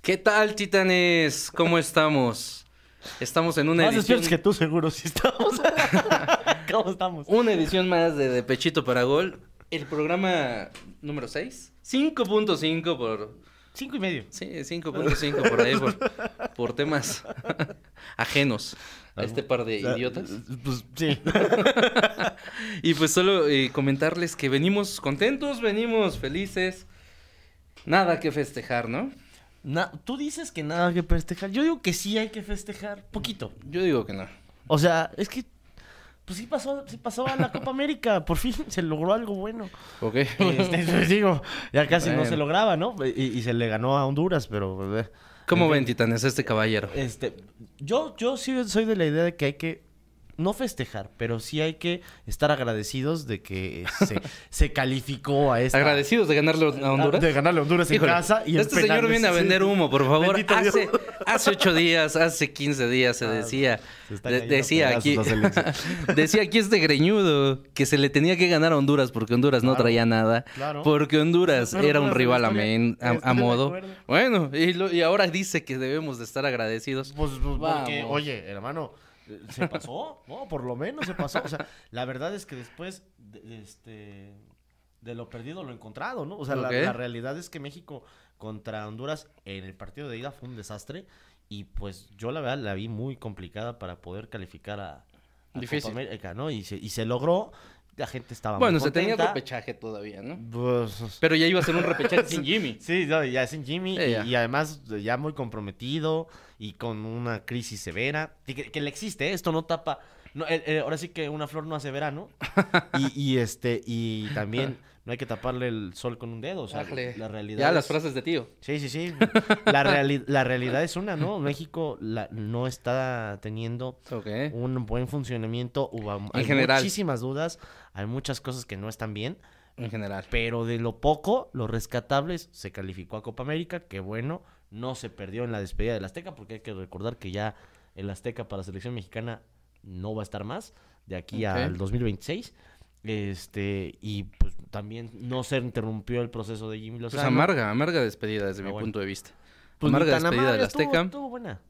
¿Qué tal, titanes? ¿Cómo estamos? Estamos en una Más edición... despiertos que tú, seguro, sí estamos. ¿Cómo estamos? Una edición más de, de Pechito para Gol. El programa número 6. 5.5 por... Cinco y medio. Sí, 5.5 por ahí, por, por temas ajenos a este par de Ah, idiotas. Pues sí. Y pues solo eh, comentarles que venimos contentos, venimos felices. Nada que festejar, ¿no? Na- tú dices que nada que festejar. Yo digo que sí hay que festejar. Poquito. Yo digo que no. O sea, es que. Pues sí pasó, sí pasó a la Copa América. Por fin se logró algo bueno. ¿Ok? Este, pues, digo, ya casi no Bueno. se lograba, ¿no? Y, y se le ganó a Honduras, pero. pues, eh. ¿Cómo ven, titanes, este caballero? Este, yo, yo sí soy de la idea de que hay que no festejar, pero sí hay que estar agradecidos de que se, se calificó a esta. Agradecidos de ganarle a Honduras. Ah, De ganarle a Honduras Híjole, en casa y en este señor penales. viene a Sí. vender humo, por favor. Ah, Bendito Dios. Hace, hace ocho días, hace 15 días se Ah, decía, se está de- cayendo decía pedazos aquí, la selección. decía aquí este greñudo que se le tenía que ganar a Honduras porque Honduras no Claro, traía nada, claro. porque Honduras Pero era un Honduras rival a, en la historia. men- a- a Estoy de modo. acuerdo. Bueno, y, lo- y ahora dice que debemos de estar agradecidos. Pues, pues, porque, Vamos. oye, hermano, eh, se pasó, ¿no? Por lo menos se pasó. O sea, la verdad es que después de, de este, de lo perdido, lo encontrado, ¿no? O sea, la- Ok. la, realidad es que México contra Honduras en el partido de ida fue un desastre. Y pues yo la verdad la vi muy complicada para poder calificar a, a Difícil. Copa América, ¿no? Y se, y se logró, la gente estaba muy Bueno, se tenía contenta. repechaje todavía, ¿no? Pues, Pero ya iba a ser un repechaje sin Jimmy. Sí, no, ya sin Jimmy Sí, y, ya. y además ya muy comprometido y con una crisis severa y que, que le existe, ¿eh? esto no tapa, no, eh, eh, ahora sí que una flor no hace verano y, y, este y también no hay que taparle el sol con un dedo, o sea, Ájale. la realidad. Ya las es- frases de tío. Sí, sí, sí. La, reali- la realidad es una, ¿no? México la- no está teniendo Ok. un buen funcionamiento. Hubo, hay general. muchísimas dudas, hay muchas cosas que no están bien. En general. Pero de lo poco, los rescatables se calificó a Copa América, que bueno, no se perdió en la despedida del Azteca, porque hay que recordar que ya el Azteca para selección mexicana no va a estar más de aquí Ok. al 2026. Este, y pues también no se interrumpió el proceso de Jimmy Pues Lozano. amarga, amarga despedida desde Ah, mi bueno. punto de vista. Pues ni amarga tan despedida amarga, del estuvo- Azteca. estuvo buena.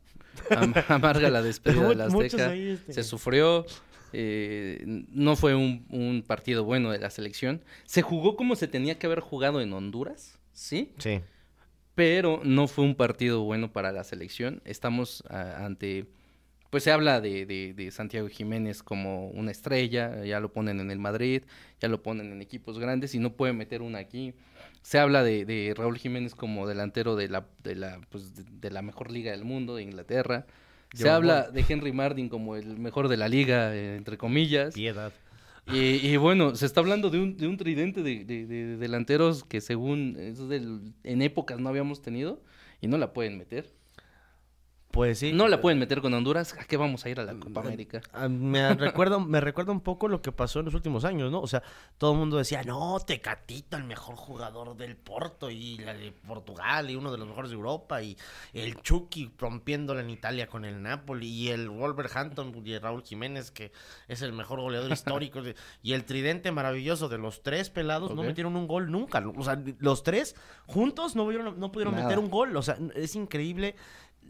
Am- Amarga la despedida del Mu- muchos Azteca. ahí, este- Se sufrió. eh, no fue un, un partido bueno de la selección. Se jugó como se tenía que haber jugado en Honduras, ¿sí? Sí. Pero no fue un partido bueno para la selección. Estamos a- ante. Pues se habla de, de- de Santiago Jiménez como una estrella, ya lo ponen en el Madrid, ya lo ponen en equipos grandes y no puede meter una aquí. Se habla de, de Raúl Jiménez como delantero de la, de, la, pues, de- de la mejor liga del mundo, de Inglaterra. Se Johan habla de Henry Martin como el mejor de la liga, eh, entre comillas. Y, Piedad. y bueno, se está hablando de un, de un tridente de, de- de delanteros que según es del- en épocas no habíamos tenido y no la pueden meter. Pues sí. No la pueden meter con Honduras. ¿A qué vamos a ir a la Copa América? Ah, Me recuerda, me recuerda un poco lo que pasó en los últimos años, ¿no? O sea, todo el mundo decía, no, Tecatito, el mejor jugador del Porto y la de Portugal y uno de los mejores de Europa y el Chucky rompiéndola en Italia con el Napoli y el Wolverhampton y el Raúl Jiménez que es el mejor goleador histórico de- y el tridente maravilloso de los tres pelados no Ok. metieron un gol nunca. ¿no? O sea, los tres juntos no, pudieron- no pudieron Nada. meter un gol. O sea, es increíble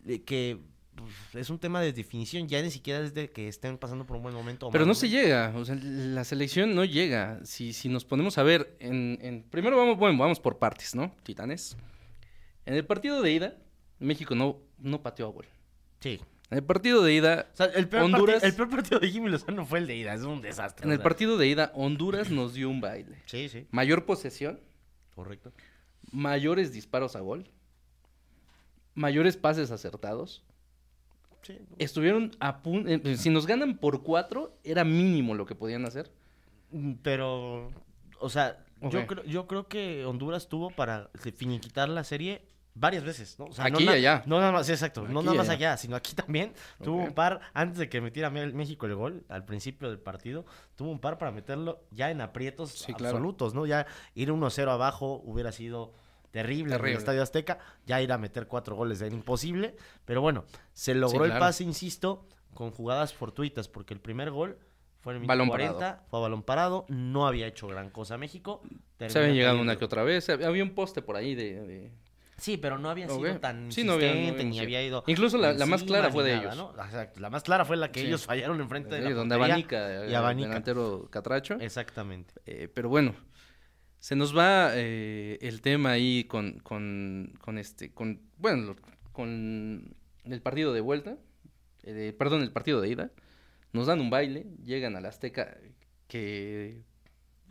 de que pues, es un tema de definición, ya ni siquiera es de que estén pasando por un buen momento. o Pero mal, no se llega, o sea, la selección no llega. Si, si nos ponemos a ver, en, en- primero vamos, bueno, vamos por partes, ¿no? Titanes. En el partido de ida, México no, no pateó a gol. Sí. En el partido de ida, O sea, el peor, Honduras- parti- el peor partido de Jimmy Lozano fue el de ida, es un desastre. en o el sea. partido de ida, Honduras nos dio un baile. Sí, sí, Mayor posesión, correcto. mayores disparos a gol, mayores pases acertados. Sí, no. Estuvieron a punto, si nos ganan por cuatro, era mínimo lo que podían hacer. Mm, Pero, o sea, Ok. yo, creo, yo creo que Honduras tuvo para finiquitar la serie varias veces, ¿no? O sea, Aquí y no na- allá. No nada más, sí, exacto, no Aquí nada y más allá. allá, sino aquí también. Tuvo Ok. un par, antes de que metiera Me- México el gol, al principio del partido, tuvo un par para meterlo ya en aprietos Sí, claro. absolutos, ¿no? Ya ir 1-0 abajo hubiera sido terrible, en Terrible. el Estadio Azteca, ya ir a meter cuatro goles era imposible, pero bueno, se logró el claro. pase, insisto, con jugadas fortuitas, porque el primer gol fue en el minuto Balón 40, parado. fue a balón parado, no había hecho gran cosa México. Se habían llegado una que otra. otra vez, había un poste por ahí de- de, Sí, pero no habían Ok. sido tan Sí, no habían- no insistentes, habían ni sido. había ido. Incluso la- la más encima clara ni fue de nada, ellos. ¿no? Exacto, la más clara fue la que Sí. ellos fallaron enfrente de la Sí, donde portería. abanica, y eh, abanica. delantero catracho. Exactamente. Eh, pero bueno, se nos va eh, el tema ahí con, con, con este, con, bueno, lo- con el partido de vuelta, eh, perdón, el partido de ida. Nos dan un baile, llegan al Azteca, que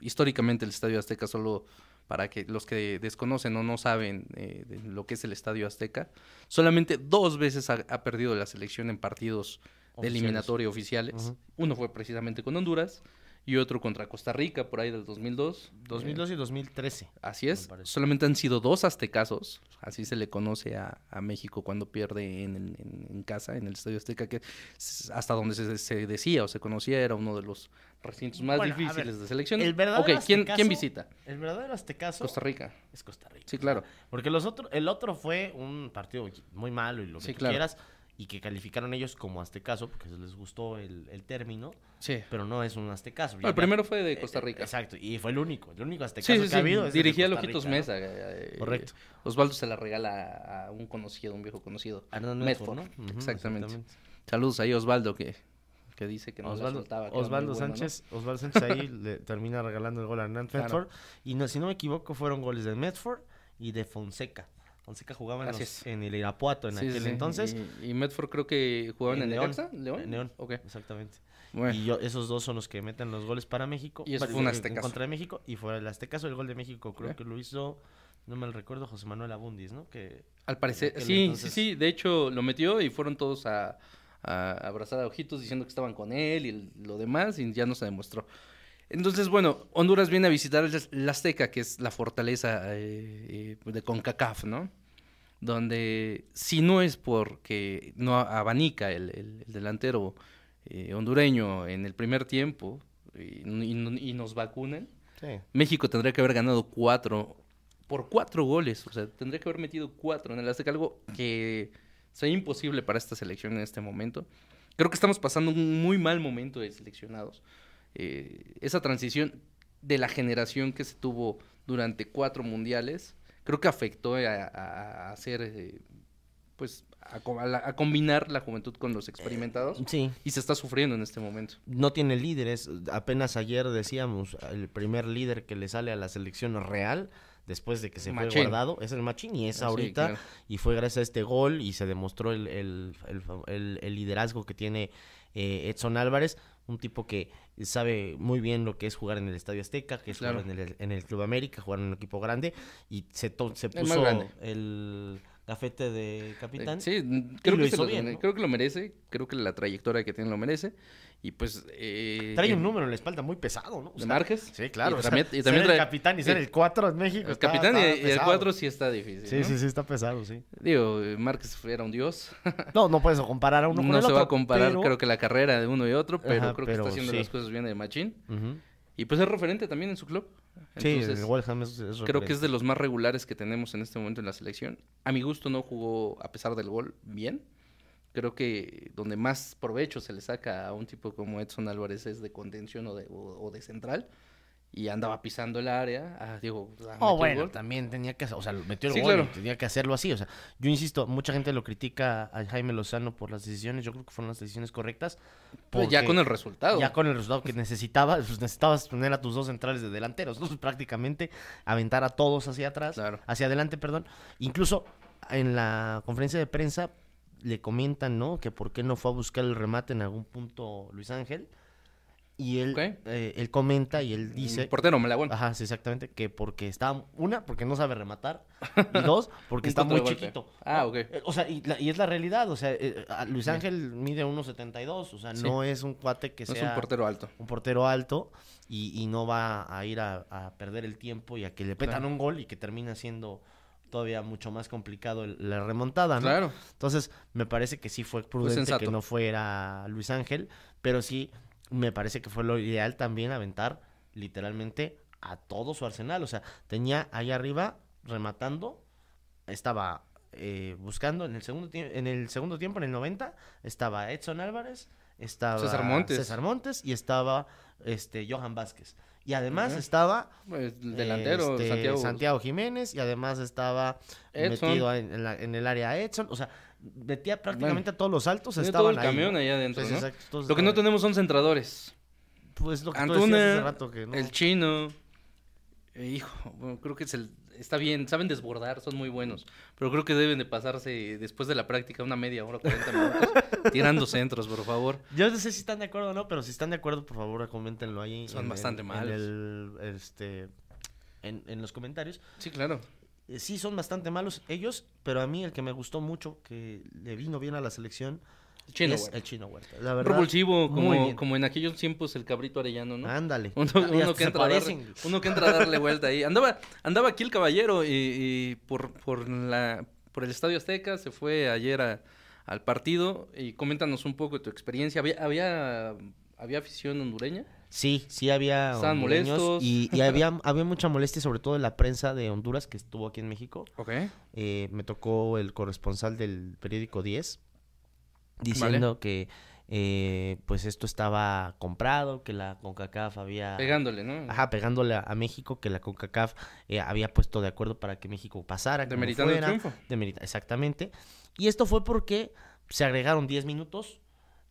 históricamente el Estadio Azteca solo para que los que desconocen o no saben eh, de lo que es el Estadio Azteca, solamente dos veces ha, ha perdido la selección en partidos de Oficiales. eliminatoria oficiales. Ujú. Uno fue precisamente con Honduras y otro contra Costa Rica por ahí del 2002. 2002 y 2013. Eh, así es. parece. Solamente han sido dos aztecazos. Así se le conoce a, a México cuando pierde en, el- en- en casa, en el Estadio Azteca, que s- hasta donde se, se decía o se conocía era uno de los recintos más Bueno, a ver, difíciles de selección. el verdadero Ok, ¿quién, aztecazo- ¿quién visita? El verdadero aztecaso Costa Rica. es Costa Rica. Sí, claro. Porque los otro, el otro fue un partido muy malo y lo que Sí, tú claro. quieras. Y que calificaron ellos como aztecaso, porque les gustó el, el término, Sí. pero no es un aztecaso. No, el primero fue de Costa Rica. Eh, Exacto, y fue el único, el único aztecaso Sí, sí, que sí. ha habido. es el de Dirigía a Costa Lojitos Rica, ¿no? Mesa. eh, eh, Correcto. Osvaldo se la regala a un conocido, un viejo conocido. Hernán Medford, Medford, ¿no? Ujú, exactamente. Saludos ahí a Osvaldo que, que dice que no la Osvaldo, soltaba. que era Osvaldo muy bueno, ¿no? Sánchez, Osvaldo Sánchez ahí le termina regalando el gol a Hernán Claro. Medford. Y no, si no me equivoco, fueron goles de Medford y de Fonseca. Fonseca jugaba en, Así los- es. en el Irapuato en Sí, sí, aquel sí. entonces. Y, y Medford creo que jugaban en, En el León. Necaxa, León. En León, Ok. exactamente. Bueno, Y yo- esos dos son los que meten los goles para México. Y eso para- fue un en- En aztecazo. contra de México. Y fue el Aztecaso, el gol de México. Creo Ok. que lo hizo, no me recuerdo, José Manuel Abundis, ¿no? Que al parecer, aquel sí, entonces- sí, sí. De hecho, lo metió y fueron todos a, a abrazar a Ojitos diciendo que estaban con él y el- lo demás y ya no se demostró. Entonces, bueno, Honduras viene a visitar el- la Azteca, que es la fortaleza eh, eh, de CONCACAF, ¿no? Donde si no es porque no abanica el, el- el delantero eh, hondureño en el primer tiempo y, y- y nos vacunan, Sí. México tendría que haber ganado cuatro por cuatro goles. O sea, tendría que haber metido cuatro en el Azteca, algo que sea imposible para esta selección en este momento. Creo que estamos pasando un muy mal momento de seleccionados. Eh, esa transición de la generación que se tuvo durante cuatro mundiales, creo que afectó a, a- a hacer, eh, pues, a, co- a la- a combinar la juventud con los experimentados. Sí. Y se está sufriendo en este momento. no tiene líderes. Apenas ayer decíamos, el primer líder que le sale a la selección real después de que se Machín. fue guardado es el Machín y es Sí, ahorita. claro. Y fue gracias a este gol y se demostró el, el- el- el- el liderazgo que tiene eh, Edson Álvarez, un tipo que sabe muy bien lo que es jugar en el Estadio Azteca, que es Claro. jugar en el, en el Club América, jugar en un equipo grande y se, to- se más puso grande. el gafete de Eh, capitán. Sí, n- creo, lo que se hizo lo, bien, mere- ¿no? creo que lo merece, creo que la trayectoria que tiene lo merece. Y pues... eh, Trae eh, un número en la espalda muy pesado, ¿no? O ¿De sea, Márquez? Sí, claro. Y o sea, también- y ser también el trae- capitán y ser sí. el 4 en México. El está- capitán está y- y, el pesado. 4 sí está difícil. Sí, ¿no? sí, sí, está pesado, sí. Digo, eh, Márquez era un dios. No, no puedes comparar a uno No con se el otro. va a comparar, pero- creo que la carrera de uno y otro, pero Ajá, creo que pero está haciendo sí. las cosas bien de Machín. Ujú. Y pues es referente también en su club. sí, Entonces, el West Ham es, creo es que referente. es de los más regulares que tenemos en este momento en la selección. A mi gusto no jugó, a pesar del gol, bien. Creo que donde más provecho se le saca a un tipo como Edson Álvarez es de contención o de, o- o de central. Y andaba pisando el área. Ah, digo, ah, metió Oh, el bueno, gol. también tenía que, o sea, lo metió el Sí, gol y claro. tenía que hacerlo así, o sea, yo insisto, mucha gente lo critica a Jaime Lozano por las decisiones, yo creo que fueron las decisiones correctas. Pues ya porque con el resultado. Ya con el resultado que necesitabas, pues necesitabas poner a tus dos centrales de delanteros, ¿no? Pues prácticamente aventar a todos hacia atrás, Claro. hacia adelante, perdón. Incluso en la conferencia de prensa le comentan, ¿no? Que por qué no fue a buscar el remate en algún punto Luis Ángel. Y él, Ok. eh, él comenta y él El dice... portero me la aguanta. Ajá, sí, exactamente, que porque está, una, porque no sabe rematar, y dos, porque Un está muy contragolpe. chiquito. Ah, No, ok. eh, O sea, y, la- y es la realidad, o sea, eh, a Luis Ángel mide 1.72, o sea, Sí. no es un cuate que No sea es un portero alto. un portero alto y, y no va a ir a, a perder el tiempo y a que le petan Claro. un gol y que termina siendo todavía mucho más complicado el- la remontada, ¿no? Claro. Entonces, me parece que sí fue prudente sensato. que no fuera Luis Ángel, pero sí me parece que fue lo ideal también aventar literalmente a todo su arsenal. O sea, tenía ahí arriba rematando, estaba eh, buscando en el segundo tiempo, en el segundo tiempo, en el 90, estaba Edson Álvarez, estaba César Montes. César Montes y estaba este Johan Vázquez. Y además Ajá. estaba Pues, el delantero, este, Santiago. Jiménez y además estaba Edson. metido en, en la- en el área Edson. O sea, metía prácticamente Bueno, a todos los altos. Tiene pues, Estaban todo el ahí, camión ¿no? allá adentro, Entonces, ¿no? exacto, todos Lo que no estaban tenemos son centradores. ahí. Pues lo que tú decías hace Antuna, rato que no. el chino. eh, hijo, bueno, creo que es el- está bien, saben desbordar, son muy buenos. Pero creo que deben de pasarse después de la práctica una media hora, 40 minutos, tirando centros, por favor. Yo no sé si están de acuerdo o no, pero si están de acuerdo, por favor, coméntenlo ahí. Son bastante malos. el, este, en, en los comentarios. Sí, claro. Eh, Sí, son bastante malos ellos, pero a mí el que me gustó mucho, que le vino bien a la selección, Chino, es güey. el Chino Huerta. La verdad, Propulsivo, muy como, bien. Ah, como en aquellos tiempos el cabrito arellano, ¿no? ándale. Uno, Y uno hasta que se entra a darle, parecen. uno que entra a darle vuelta ahí. Andaba, andaba aquí el caballero y, y por, por, la, por el Estadio Azteca, se fue ayer a- al partido y coméntanos un poco de tu experiencia. ¿Había, había, había afición hondureña? Sí, sí había Estaban hondureños molestos. y, y había, había mucha molestia, sobre todo en la prensa de Honduras que estuvo aquí en México. Ok. Eh, me tocó el corresponsal del periódico 10 diciendo que eh, pues esto estaba comprado, que la CONCACAF había... Pegándole, ¿no? Ajá, pegándole a, a México, que la CONCACAF eh, había puesto de acuerdo para que México pasara. como Demeritando el fuera, triunfo. demerita- exactamente. Y esto fue porque se agregaron 10 minutos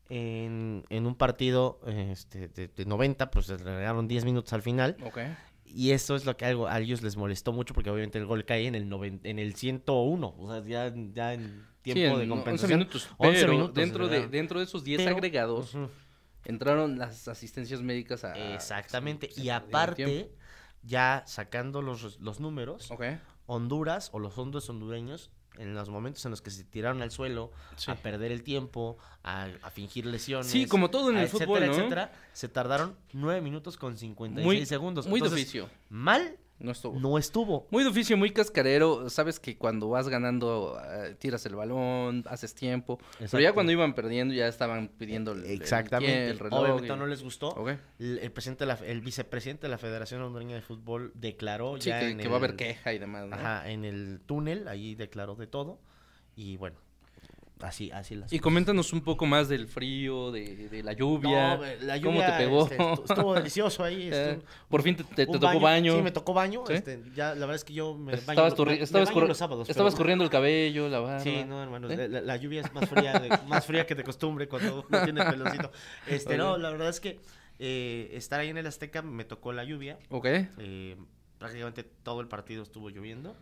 en, en un partido eh, este, de, de 90, pues se le agregaron 10 minutos al final. Ok. Y eso es lo que algo, a ellos les molestó mucho porque obviamente el gol cae en el, noven- en el 101, o sea, ya, ya en tiempo Sí, en de 11 compensación. minutos. 11 pero minutos, dentro, de, ¿verdad? dentro de esos 10 Pero- agregados Ah, Ujú. entraron las asistencias médicas a... Exactamente. se- se y perdieron pues, tiempo. Oh. aparte, ya sacando los, los números, Ok. Honduras o los hondos hondureños, en los momentos en los que se tiraron al suelo, Sí. a perder el tiempo, a, a fingir lesiones. Sí, como todo en a el etcétera, fútbol, ¿no? etcétera, se tardaron 9 minutos con 56 Muy- segundos. Muy Entonces, difícil. Mal No estuvo. no estuvo. Muy de oficio, muy cascarero. Sabes que cuando vas ganando, eh, tiras el balón, haces tiempo. Pero ya Exacto. cuando iban perdiendo, ya estaban pidiendo el, el- Exactamente. el reloj. Obviamente y- no les gustó. Ok. El, el presidente de la- el vicepresidente de la Federación Hondureña de Fútbol declaró Sí, ya que, en que va a haber el- queja y demás. ¿no? Ajá, en el túnel, ahí declaró de todo. Y bueno, así, así las Y coméntanos un poco más del frío, de, de la lluvia. No, eh, la lluvia, ¿Cómo te pegó? este, estu- estuvo delicioso ahí. este, Eh, Por fin te, te- te un tocó baño. Sí, me tocó baño. ¿Sí? este, ya, la verdad es que yo me baño, estabas lo- corri- me- me estabas baño corri- los sábados. estabas pero- corriendo el cabello, la barba. Sí, no, hermano. ¿Eh? La, la- la lluvia es más fría, de- más fría que de costumbre cuando uno tiene peloncito. Este, no, Ok. la verdad es que eh, estar ahí en el Azteca me tocó la lluvia. Ok. Eh, prácticamente todo el partido estuvo lloviendo.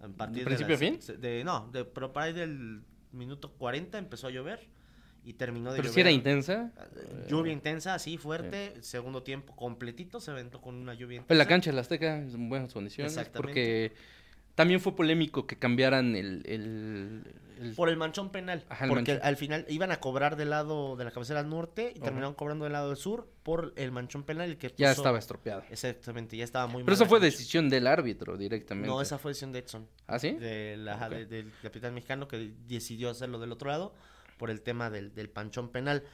A partir ¿De principio a las- fin? se- de- no, de, pero para ahí del minuto 40 empezó a llover y terminó de Pero llover. si era intensa. Eh, Lluvia intensa, así fuerte. Segundo tiempo completito se aventó con una lluvia intensa. Pues la cancha del Azteca es en buenas condiciones. Exactamente. Porque también fue polémico que cambiaran el. el, el- Por el manchón penal. Ajá, el porque manchón. al final iban a cobrar del lado de la cabecera norte y terminaron cobrando del lado del sur por el manchón penal. El que ya puso- estaba estropeado. Eh, Exactamente, ya estaba muy Pero mal esa la fue cancha. decisión del árbitro directamente. No, esa fue decisión de Edson. ¿Ah, sí? de la- Ok. de- del capitán mexicano que decidió hacerlo del otro lado por el tema del, del panchón penal.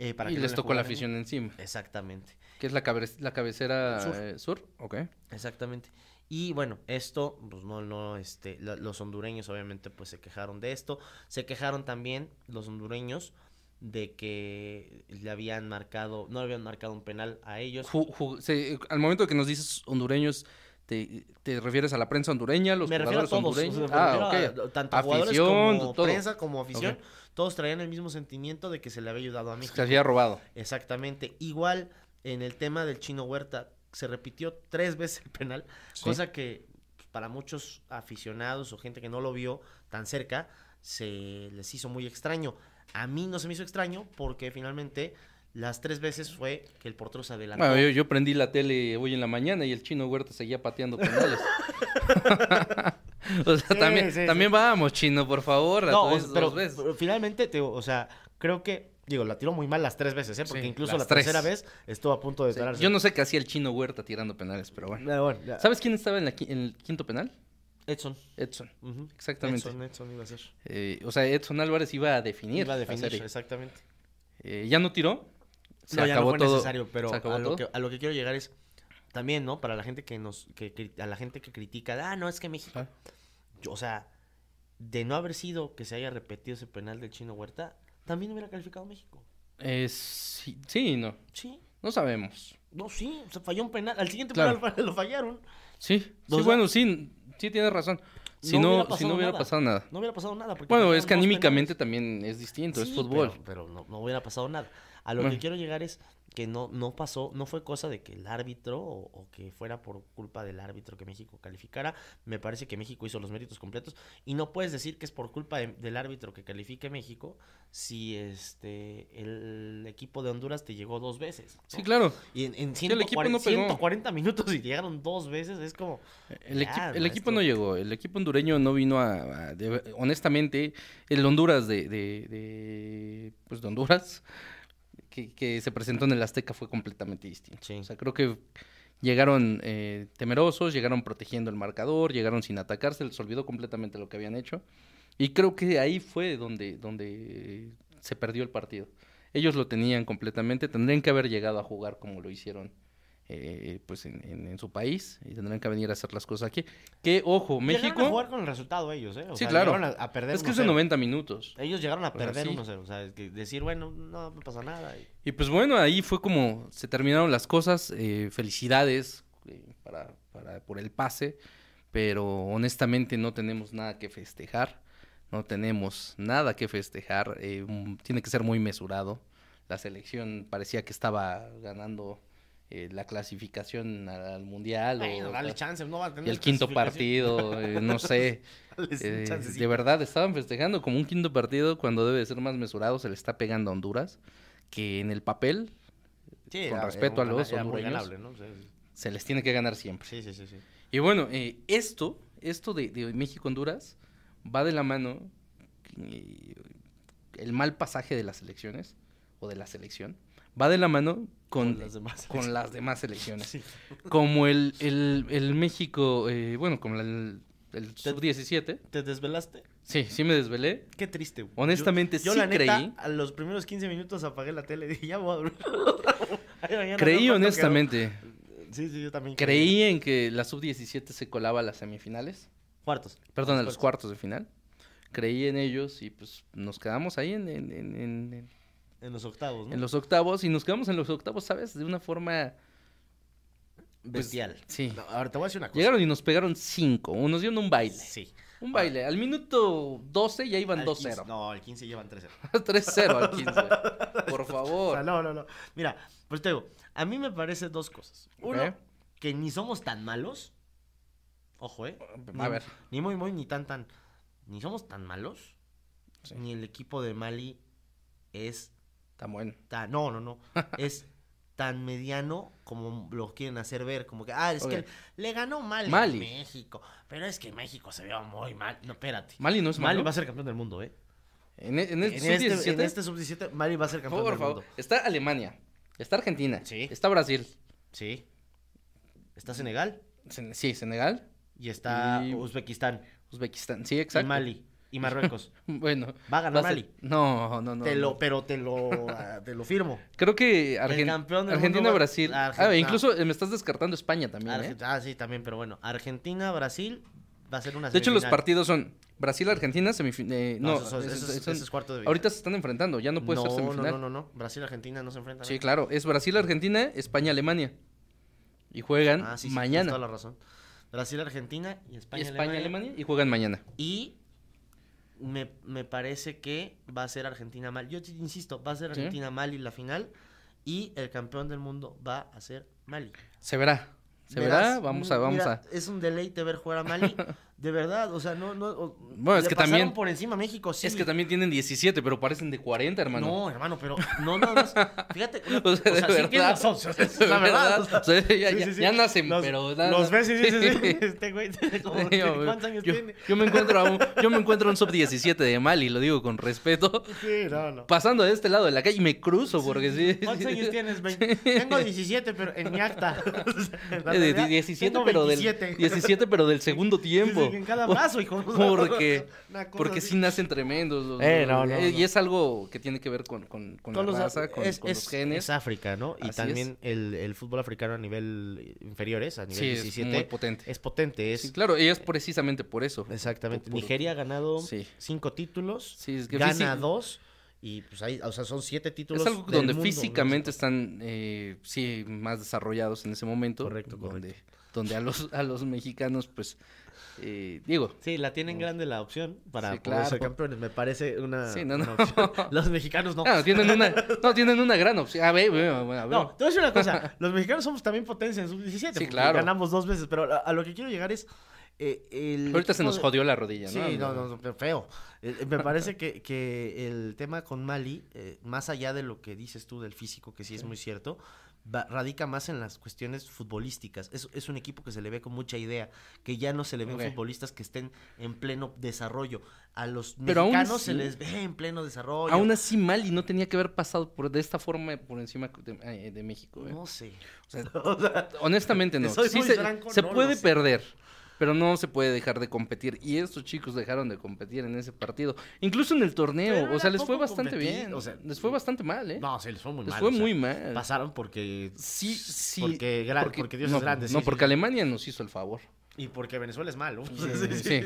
eh, para y que no les le tocó la jugaran. afición encima. Exactamente, Que es la, cabre- la cabecera Sur. eh, sur. Ok. exactamente. Y bueno, esto, pues no, no, este, la- los hondureños obviamente pues se quejaron de esto. Se quejaron también los hondureños de que le habían marcado, no le habían marcado un penal a ellos. Ju- ju- se- al momento que nos dices hondureños, ¿te, te refieres a la prensa hondureña, los me refiero a jugadores todos, o sea, hondureños? me refiero ah, ok. a- tanto Afición, jugadores como todo. prensa, como afición, Ok. todos traían el mismo sentimiento de que se le había ayudado a México. Se había robado. Exactamente. Igual en el tema del chino Huerta, se repitió tres veces el penal, Sí. cosa que pues, para muchos aficionados o gente que no lo vio tan cerca, se les hizo muy extraño. A mí no se me hizo extraño porque finalmente las tres veces fue que el portero se adelantó. Bueno, yo, yo prendí la tele hoy en la mañana y el chino Huerta seguía pateando penales. o sea, Sí, también, sí, sí. también vamos, chino, por favor. a No, tu o vez, sea, dos veces. pero, pero finalmente, te digo, o sea, creo que, digo, la tiró muy mal las tres veces, ¿eh? Porque Sí, incluso las la tres. tercera vez estuvo a punto de Sí, pararse. Yo no sé qué hacía el chino Huerta tirando penales, pero bueno. Pero bueno, ya. ¿Sabes quién estaba en, la qui- en el quinto penal? Edson. Edson. Ujú. Exactamente. Edson, Edson iba a ser. Eh, o sea, Edson Álvarez iba a definir. Iba a la definir, serie. exactamente. Eh, ya no tiró. Se no, ya acabó no fue todo. necesario, pero se acabó a, lo todo. que, a lo que quiero llegar es también, ¿no? Para la gente que nos que, cri- a la gente que critica, ah, no, es que México, Ajá. Yo, o sea, de no haber sido que se haya repetido ese penal del Chino Huerta, también hubiera calificado México. Eh, sí, sí y no. Sí. No sabemos. No, sí, se falló un penal. Al siguiente Claro. penal lo fallaron. Sí, O sí sea, bueno, sí, sí tienes razón. Si no, pues hubiera si no pasado hubiera nada. pasado nada. No hubiera pasado nada. porque Bueno, fallaron es que dos anímicamente penales. también es distinto, es Sí, fútbol. Pero, pero no, no hubiera pasado nada. A lo Bueno. que quiero llegar es que no, no pasó, no fue cosa de que el árbitro o, o que fuera por culpa del árbitro que México calificara. Me parece que México hizo los méritos completos y no puedes decir que es por culpa de- del árbitro que califique México si este el equipo de Honduras te llegó dos veces. ¿no? Sí, claro. Y en, en el equipo 140 no pegó. 140 minutos y llegaron dos veces, es como... El, Ya, equi- el equipo maestro. no llegó, el equipo hondureño no vino a, a- de- honestamente, el Honduras de, de- de, pues de Honduras, que, que se presentó en el Azteca fue completamente distinto. Sí. O sea, creo que llegaron eh, temerosos, llegaron protegiendo el marcador, llegaron sin atacarse, les olvidó completamente lo que habían hecho. Y creo que ahí fue donde, donde se perdió el partido. Ellos lo tenían completamente, tendrían que haber llegado a jugar como lo hicieron eh, pues en, en- en su país y tendrían que venir a hacer las cosas aquí. Que, ojo, Llegaron a México jugar con el resultado ellos, ¿eh? O Sí, sea, claro. llegaron A, a perder es que es de 1-0. 90 minutos. Ellos llegaron a O sea, perder sí. 1-0. O sea, es que decir, bueno, no, no pasa nada. y- Y pues bueno, ahí fue como se terminaron las cosas. eh, felicidades eh, para, para- por el pase, pero honestamente no tenemos nada que festejar. No tenemos nada que festejar. eh, mm, tiene que ser muy mesurado. La selección parecía que estaba ganando eh, la clasificación al, al mundial. o- Bueno, dale chance, no va a tener y el quinto clasificación. partido, eh, no sé. Dales un Eh, chancecito. de verdad, estaban festejando como un quinto partido cuando debe de ser más mesurado. Se le está pegando a Honduras, que en el papel Sí, con era- respeto era un a los gana- era muy hondureños. ganable, ¿no? O sea, se les tiene que ganar siempre. Sí, sí, sí, sí. Y bueno, eh, esto, esto de, de México-Honduras va de la mano eh, el mal pasaje de las elecciones o de la selección, va de la mano con, Con las demás con las demás elecciones. Sí. Como el, el- el México, eh, bueno, como el, el sub-17. ¿Te desvelaste? Sí, sí me desvelé. Qué triste. güey. Honestamente, yo, yo sí la neta, creí. a los primeros 15 minutos apagué la tele y dije, ya voy a dormir. Ay, mañana Creí veo cuánto honestamente. quedó. Sí, sí, yo también Creí en que la sub-17 se colaba a las semifinales. Cuartos. Perdón, a los cuartos de final. Creí en ellos y pues nos quedamos ahí en, en- en- en- en- En los octavos, ¿no? en los octavos. Y nos quedamos en los octavos, ¿sabes? De una forma... pues, Bestial. sí. No, ahora te voy a decir una cosa. Llegaron y nos pegaron cinco. o Nos dieron un baile. Sí. Un baile. Al minuto 12 ya iban Al 15 2-0. No, al 15 llevan 3-0. 3-0 al 15. Por O sea, favor. no, no, no. Mira, pues te digo, a mí me parece dos cosas. Uno, Ok. que ni somos tan malos. Ojo, ¿eh? A Ni- ver. Ni muy, muy, ni tan, tan. Ni somos tan malos. Sí. Ni el equipo de Mali es Está bueno. tan. No, no, no. es tan mediano como lo quieren hacer ver. Como que, ah, es Ok. que le ganó Mali, a Mali. México. Pero es que México se vio muy mal. No, espérate. Mali no es Mali malo. va a ser campeón del mundo, ¿eh? En, e- en En el este, sub-17. en este sub-17, Mali va a ser campeón Por del favor. mundo. Está Alemania. Está Argentina. Sí. Está Brasil. Sí. Está Senegal Sen- Sí, Senegal. y está Y- Uzbekistán Uzbekistán. Sí, exacto. y Mali y Marruecos. Bueno. Va a ganar ser- Mali. No, no, no. te no. lo, pero te lo, ah, te lo firmo. Creo que Argen- campeón del mundo Argentina, va- Brasil. Ah, Argentina. incluso eh, me estás descartando España también. ¿eh? Arge- Ah, sí, también, pero bueno, Argentina, Brasil va a ser una De hecho, los semifinal. partidos son Brasil-Argentina, semifinal. No, no, eso- eso- es- eso- es- eso es cuarto de vida. Ahorita se están enfrentando, ya no puede ser No, no, semifinal. no, no, no. Brasil, Argentina no se enfrentan. Sí, claro, es Brasil-Argentina, España-Alemania. Y juegan Ah, sí, sí, tienes mañana. toda la razón. Brasil, Argentina y Y España, Alemania. España-Alemania y juegan mañana. Y me, me parece que va a ser Argentina mal. Yo te insisto, va a ser Sí. Argentina mal y la final. Y el campeón del mundo va a ser Mali. Se verá. Se verá, Verás, vamos mi- a, vamos mira, a. Es un deleite ver jugar a Mali. De verdad, o sea, no, no. o- Bueno, es le que pasaron también- por encima a México, sí. Es que también tienen 17, pero parecen de 40, hermano. No, hermano, pero no, no, no. es- Fíjate, una- O sea, de sí verdad. tienes razón, o sea, es De la verdad. verdad, o sea, ya- sí, ya- sí, sí. ya nacen, Los- pero nada- Los ves y dices, Sí. "Sí, este güey, tiene como- Sí, yo- ¿cuántos años yo, tiene? yo me encuentro a un, yo me encuentro a un sub 17 de Mali, lo digo con respeto, Sí, no, no. pasando de este lado de la calle y me cruzo porque sí. ¿Cuántos años tienes? Vein- Tengo 17, pero en mi acta. O sea, en la Eh, de- de- realidad, 17, tengo pero del 27. 17 pero del segundo tiempo. Sí, sí, en cada brazo, hijo. Porque Una cosa porque así. sí nacen tremendos. los- Eh, no, no, eh, no. Y es algo que tiene que ver con, con, con Todos la los- raza, con, es, con es- los genes. es África, ¿no? Y Así es. también el, el fútbol africano a nivel inferiores, a nivel sí, es 17, muy es, potente. potente. Es, Sí, claro, y es precisamente por eso. Exactamente. Por- Nigeria ha ganado Sí. cinco títulos, Sí, es que gana física- dos Y pues ahí, o sea, son siete títulos. Es algo del donde mundo, ¿no? físicamente están, eh, sí, más desarrollados en ese momento. Correcto, Donde, donde a, los, a los mexicanos, pues, eh, digo, Sí, la tienen grande la opción para Sí, poder claro. ser ser campeones. Me parece una. Sí, no, una no. opción. Los mexicanos no. ah, no, tienen una, no, tienen una gran opción. A ver, bueno, bueno, a ver. No, te voy a decir una cosa. Los mexicanos somos también potencia en sub-17. Sí, porque claro. Ganamos dos veces, pero a, a lo que quiero llegar es. eh, el Ahorita se tipo nos de- jodió la rodilla, ¿no? Sí, no, no, no, pero feo. Eh, eh, Me parece que, que el tema con Mali, eh, más allá de lo que dices tú del físico, que sí, es muy cierto, va- radica más en las cuestiones futbolísticas. Es, es un equipo que se le ve con mucha idea, que ya no se le ven Ok. futbolistas que estén en pleno desarrollo. A los Pero aún mexicanos se así- les ve en pleno desarrollo. Aún así, Mali no tenía que haber pasado por de esta forma por encima de, eh, de México. ¿eh? No sé. O sea, O sea, honestamente no. Soy Sí muy se franco, se no lo puede sé. perder, pero no se puede dejar de competir. Y estos chicos dejaron de competir en ese partido. Incluso en el Pero torneo. era O sea, les fue poco bastante competir, bien. o sea, les fue bastante mal, ¿eh? no, se les fue muy les mal. fue o sea, muy mal. Pasaron porque. Sí, sí. Porque, gra- porque Dios no, es grande. No, sí, porque sí. Alemania nos hizo el favor. Y porque Venezuela es malo. sí.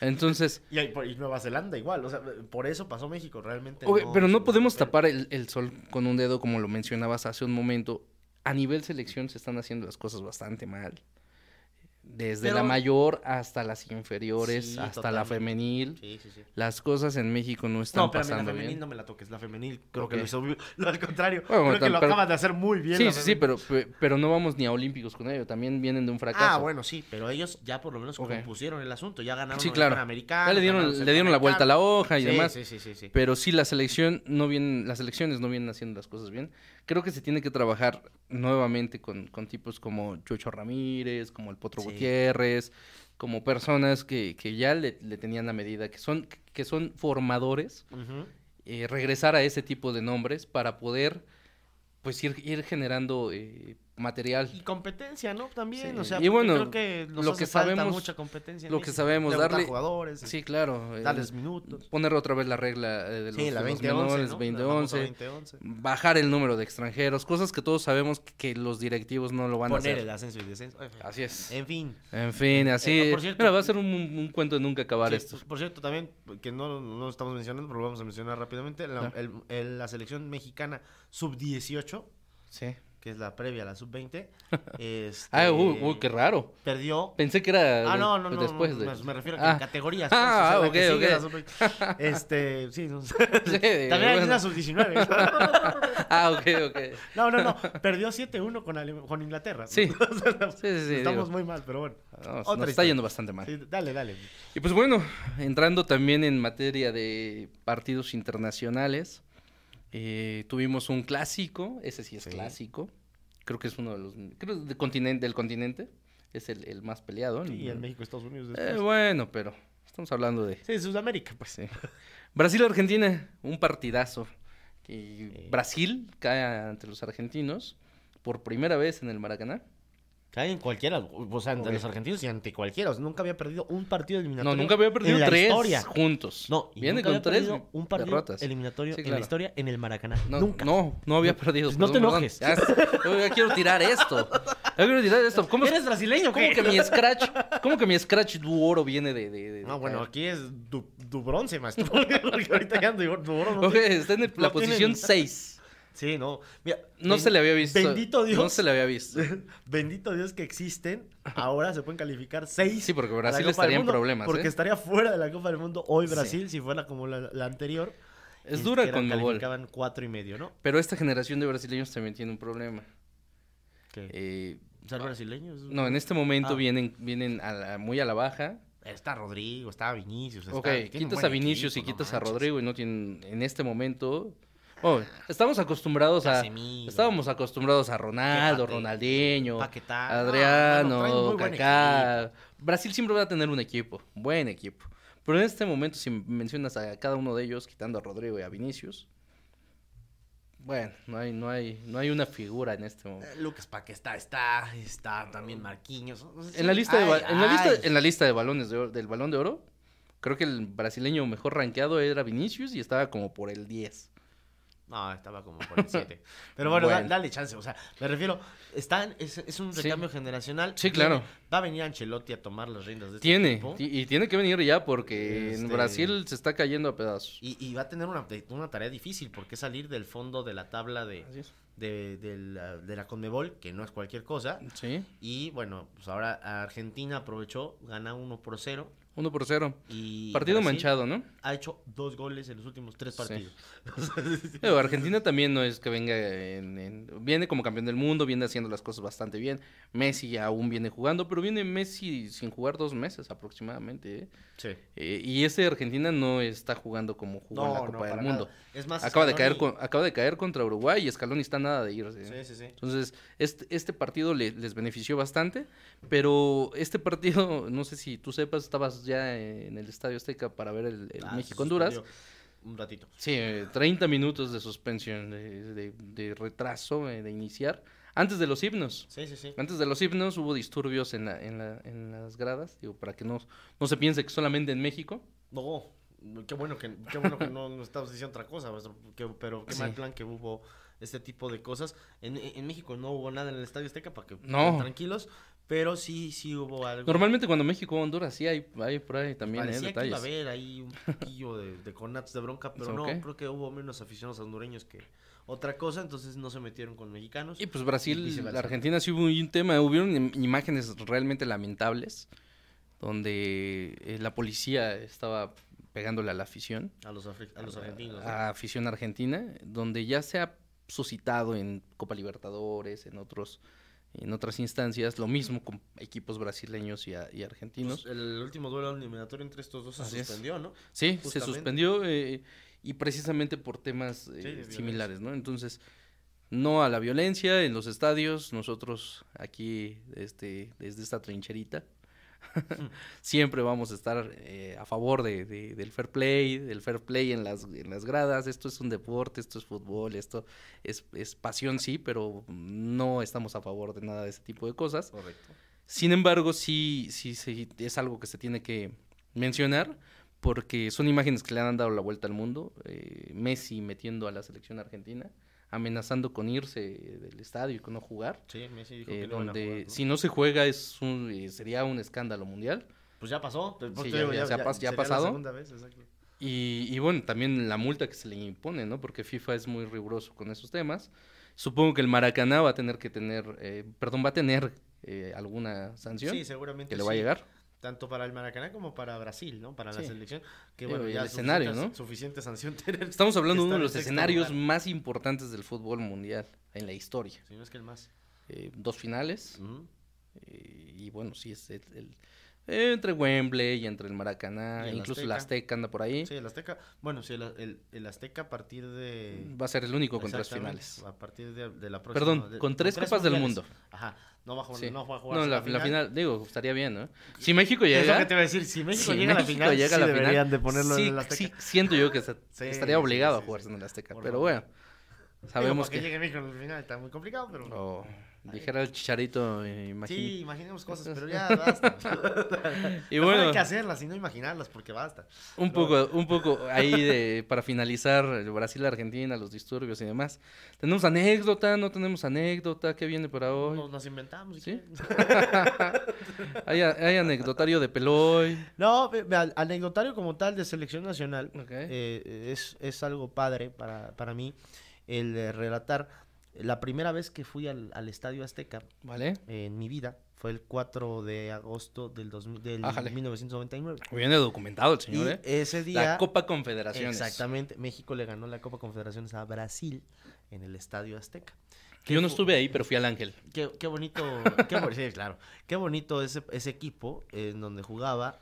Entonces, Y, hay- y Nueva Zelanda igual, o sea, por eso pasó México, realmente. oye, pero es no un podemos papel. tapar el, el sol con un dedo, como lo mencionabas hace un momento. A nivel selección se están haciendo las cosas bastante mal. Desde la Pero- mayor hasta las inferiores, Sí, hasta la totalmente. femenil. Sí, sí, sí. Las cosas en México no están no, pero la pasando femenil bien. no me la toques, la femenil creo Ok. que lo hizo muy- lo al contrario, Bueno, creo que tal- lo pero- acaban de hacer muy bien. Sí, la sí, sí, femenil. pero, pe- pero no vamos ni a Olímpicos con ello. También vienen de un fracaso. Ah, bueno, sí, pero ellos ya por lo menos Ok. compusieron el asunto, ya ganaron Sí, el claro. Panamericano, Ya le ganaron dieron, el le dieron la vuelta a la hoja y Panamericano. demás. Sí, sí, sí, sí, sí. Pero sí, la selección no viene, las selecciones no vienen haciendo las cosas bien. Creo que se tiene que trabajar nuevamente con, con tipos como Chucho Ramírez, como el Potro Sí. Gutiérrez, como personas que, que ya le, le tenían la medida, que son, que son formadores, Ujú. eh, regresar a ese tipo de nombres para poder pues ir, ir generando eh, material. Y competencia, ¿no? También, Sí. o sea, Y porque bueno, creo que nos lo hace que falta sabemos- mucha competencia en lo que México. sabemos, Debutar darle- jugadores, Sí, claro. eh, darles minutos. poner otra vez la regla eh, de los, Sí, la de los 20 menores, 20, 11, bajar el número de extranjeros, cosas que todos sabemos que, que los directivos no lo van a Ah, Poner hacer. el ascenso y descenso. Ay, Así es. En fin. En fin, así. Eh, por cierto- Mira, va a ser un, un cuento de nunca acabar Sí, esto. pues, por cierto, también, que no, no lo estamos mencionando, pero lo vamos a mencionar rápidamente, la, Ah. el- el- la selección mexicana sub-18, Sí. que es la previa a la sub-20, este, Ah, uy, uy, qué raro. perdió. Pensé que era Ah, de- no, no, no, después no, de. me, me refiero a que Ah. en categorías. Ah, pues, ok, o sea, la ok. que sigue la sub-20. este, sí, no sé. Sí, También hay bueno. una sub-19. Ah, ok, ok. no, no, no, perdió 7-1 con, Ale- con Inglaterra. Sí. O sea, Sí, sí, sí. Estamos digo, muy mal, pero bueno. no, otra nos está historia. yendo bastante mal. Sí, dale, dale. Y pues bueno, entrando también en materia de partidos internacionales, eh, tuvimos un clásico, ese sí es Sí. clásico, creo que es uno de los, creo que es del continente, del continente, es el, el más peleado. el- Y en México, Estados Unidos. Eh, después. bueno, pero estamos hablando de... Sí, Sudamérica, pues. pues sí. Brasil-Argentina, un partidazo. Y Brasil cae ante los argentinos por primera vez en el Maracaná. Cae en cualquiera, o sea, ante Ok. los argentinos y ante cualquiera. O sea, nunca había perdido un partido eliminatorio. No, nunca había perdido en la tres Historia. juntos. No, y viene nunca con había tres perdido un partido derrotas. eliminatorio Sí, en claro. la historia en el Maracaná. No, nunca. No, no había No, perdido. no te perdón, enojes. perdón. Ya, yo ya quiero tirar esto. Ya quiero tirar esto. ¿Cómo, es- ¿Eres brasileño? o cómo qué? que mi Scratch, cómo que mi Scratch Duoro viene de... de, de- No, de- bueno, aquí es du, du bronce, maestro. Porque ahorita ya ando du du bronce. Ok, está en el- la lo tienen- posición 6. Sí, no. Mira, No ben- se le había visto. Bendito Dios. No se le había visto. Bendito Dios que existen. Ahora se pueden calificar seis. Sí, porque a la Brasil Copa del estaría en Mundo, problemas, Porque ¿eh? estaría fuera de la Copa del Mundo hoy Sí. Brasil, si fuera como la, la anterior. Es que dura eran- con gol. Calificaban cuatro y medio, ¿no? Pero esta generación de brasileños también tiene un problema. Que- Eh, ¿Ser brasileños? no, en este momento Ah. vienen, vienen a la- muy a la baja. Está Rodrigo, está Vinicius. Está, Ok, tiene un quitas buen a Vinicius equipo, y no quitas a manches. Rodrigo y no tienen en este momento. Oh, estamos acostumbrados a. Casemiro. Estábamos acostumbrados a Ronaldo, Paquetá. Ronaldinho, Paquetá. No, no, traen Adriano, muy buen Kaká. Brasil siempre va a tener un equipo, buen equipo. Pero en este momento, si mencionas a cada uno de ellos, quitando a Rodrigo y a Vinicius, bueno, no hay, no hay, no hay una figura en este momento. Eh, Lucas Paquetá está, está también Marquinhos. o sea, sí, En la lista de, ba- ay, en la lista, ay. en la lista de balones de oro- del balón de oro, creo que el brasileño mejor rankeado era Vinicius y estaba como por el 10. No, estaba como por el 7. Pero bueno, da- Bueno. dale chance. O sea, me refiero, están, es, es un Sí. recambio generacional. Sí, Viene- claro. Va a venir Ancelotti a tomar las riendas de este Tiene, equipo. ti- y tiene que venir ya porque en Este- Brasil se está cayendo a pedazos. Y, y va a tener una, una tarea difícil porque es salir del fondo de la tabla de, Así es. de, de la, de la Conmebol, que no es cualquier cosa. Sí, Y bueno, pues ahora Argentina aprovechó, gana 1 por 0. 1 por 0. Y Partido Brasil manchado, ¿no? Ha hecho dos goles en los últimos tres Sí. partidos. Pero Argentina también no es que venga en, en- Viene como campeón del mundo, viene haciendo las cosas bastante bien. Messi aún viene jugando, pero viene Messi sin jugar dos meses aproximadamente. ¿eh? Sí. Eh, y este de Argentina no está jugando como jugó en la Copa del para Mundo. nada. Es más, Acaba de, caer Scaloni- con- acaba de caer contra Uruguay y Scaloni está nada de irse. ¿eh? Sí, sí, sí. Entonces, este, este partido le- les benefició bastante, pero este partido, no sé si tú sepas, estabas ya en el Estadio Azteca para ver el, el Ah, México-Honduras. suspendió Un ratito. Sí, eh, 30 minutos de suspensión, de, de- de retraso, eh, de iniciar, antes de los himnos. Sí, sí, sí. Antes de los himnos hubo disturbios en, la- en la- en las gradas, digo, para que no, no se piense que solamente en México. No, qué bueno que, qué bueno que no nos estamos diciendo otra cosa, maestro, que- pero qué mal Sí. plan que hubo este tipo de cosas. En, en México no hubo nada en el Estadio Azteca para que No. estén tranquilos, pero sí, sí hubo algo. Normalmente cuando México va a Honduras, sí hay, hay por ahí también eh, Parecía que iba a detalles. haber ahí un poquillo de, de conatos de bronca, pero no, Ok. creo que hubo menos aficionados hondureños que otra cosa, entonces no se metieron con mexicanos. Y pues Y Brasil, viceversa. la Argentina sí hubo un tema, hubieron im- imágenes realmente lamentables donde eh, la policía estaba pegándole a la afición, A los, afri- a los a- argentinos. ¿eh? ¿no? a la afición argentina, donde ya se ha suscitado en Copa Libertadores, en otros en otras instancias, lo mismo con equipos brasileños y, a- y argentinos. Pues, el último duelo eliminatorio entre estos dos se Así es. suspendió, ¿no? Sí, se Justamente. suspendió eh, y precisamente por temas eh, de violencia. similares, ¿no? Entonces, no a la violencia en los estadios, nosotros aquí este, desde esta trincherita Mm. siempre vamos a estar eh, a favor de, de- del fair play, del fair play en las, en las gradas, esto es un deporte, esto es fútbol, esto es, es pasión, sí, pero no estamos a favor de nada de ese tipo de cosas. Correcto. Sin embargo, sí, sí, sí, es algo que se tiene que mencionar porque son imágenes que le han dado la vuelta al mundo. Eh, Messi metiendo a la selección argentina, amenazando con irse del estadio y con no jugar. Sí, Messi dijo eh, que no iban a donde jugar, ¿no? si no se juega es un, eh, sería un escándalo mundial. Pues ya pasó. pues, Sí, te ya- ya se ha pas- ya ha sería pasado. La segunda vez, exacto. Y, y bueno, también la multa que se le impone, ¿no? Porque FIFA es muy riguroso con esos temas. Supongo que el Maracaná va a tener que tener, eh, perdón, va a tener eh, alguna sanción Sí, seguramente. que le va a sí. llegar. Tanto para el Maracaná como para Brasil, ¿no? Para la Sí. selección. Que Sí, bueno, y ya el es escenario, suficiente- ¿no? Suficiente sanción tener. Estamos hablando de uno Está en de los sexto escenarios lugar. más importantes del fútbol mundial en la historia. Si no es que el más. Eh, dos finales, Ujú. eh, y bueno, sí, es el, el- eh, entre Wembley y entre el Maracaná, Y el incluso el Azteca anda por ahí. Sí, el Azteca. Bueno, sí, el, el- el Azteca a partir de. Va a ser el único con tres Exactamente, finales. A partir de, de la próxima. Perdón, de- con tres Copas del mundiales. Mundo. Ajá. No va a jugar. Sí. No va a jugar. No, la, la final. digo, estaría bien, ¿no? Si México llega, Es lo que te iba a decir. Si México si llega a la México final, llega a sí la final, deberían de ponerlo sí- en el sí, Azteca. siento yo que se- Sí, sí, estaría obligado sí, a jugarse sí. en el Azteca, Por pero favor. bueno, sabemos Digo, para que... llegue México en la final está muy complicado, pero. o dijera el chicharito, eh, imagínate. Sí, imaginemos cosas, pero ya basta. Y y bueno. bueno. hay que hacerlas y no imaginarlas porque basta. Un No. poco, un poco ahí de, para finalizar el Brasil, Argentina, los disturbios y demás. ¿Tenemos anécdota? ¿No tenemos anécdota? ¿Qué viene para hoy? Nos las inventamos. si ¿Sí? quieres. hay, a- hay anecdotario de Peloy. No, ve- ve, al- anecdotario como tal de selección nacional Ok. eh, es, es algo padre para, para mí el de relatar. La primera vez que fui al, al Estadio Azteca ¿Vale? eh, en mi vida fue el 4 de agosto del, 2000 del Ájale. 1999. Viene documentado el señor, Y ¿eh? ese día... La Copa Confederaciones. Exactamente. México le ganó la Copa Confederaciones a Brasil en el Estadio Azteca. Yo no Qué fu- estuve ahí, pero fui al Ángel. Qué, qué bonito, qué, bo- sí, claro. Qué bonito ese, ese equipo en donde jugaba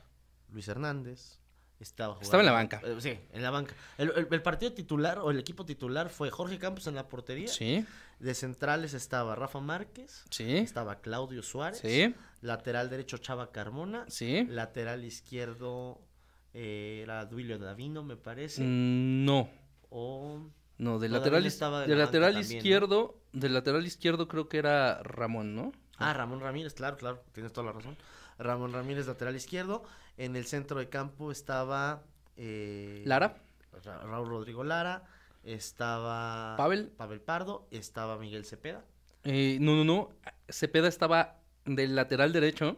Luis Hernández. Estaba, jugando- Estaba en la banca. eh, sí, en la banca. El, el- el partido titular o el equipo titular fue Jorge Campos en la portería. Sí, De centrales estaba Rafa Márquez. sí, Estaba Claudio Suárez. sí, Lateral derecho Chava Carmona. sí. Lateral izquierdo eh, era Duilio Davino, me parece. Mm, No, O no, del No, lateral, Davino iz- estaba de del la banca lateral también, ¿no? izquierdo, del lateral izquierdo creo que era Ramón, ¿no? Ah, Ramón Ramírez, claro, claro, tienes toda la razón. Ramón Ramírez, lateral izquierdo. En el centro de campo estaba... eh, Lara. Ra- Raúl Rodrigo Lara. estaba Pavel. Pavel Pardo, estaba Miguel Cepeda. Eh, no, no, no. Cepeda estaba del lateral derecho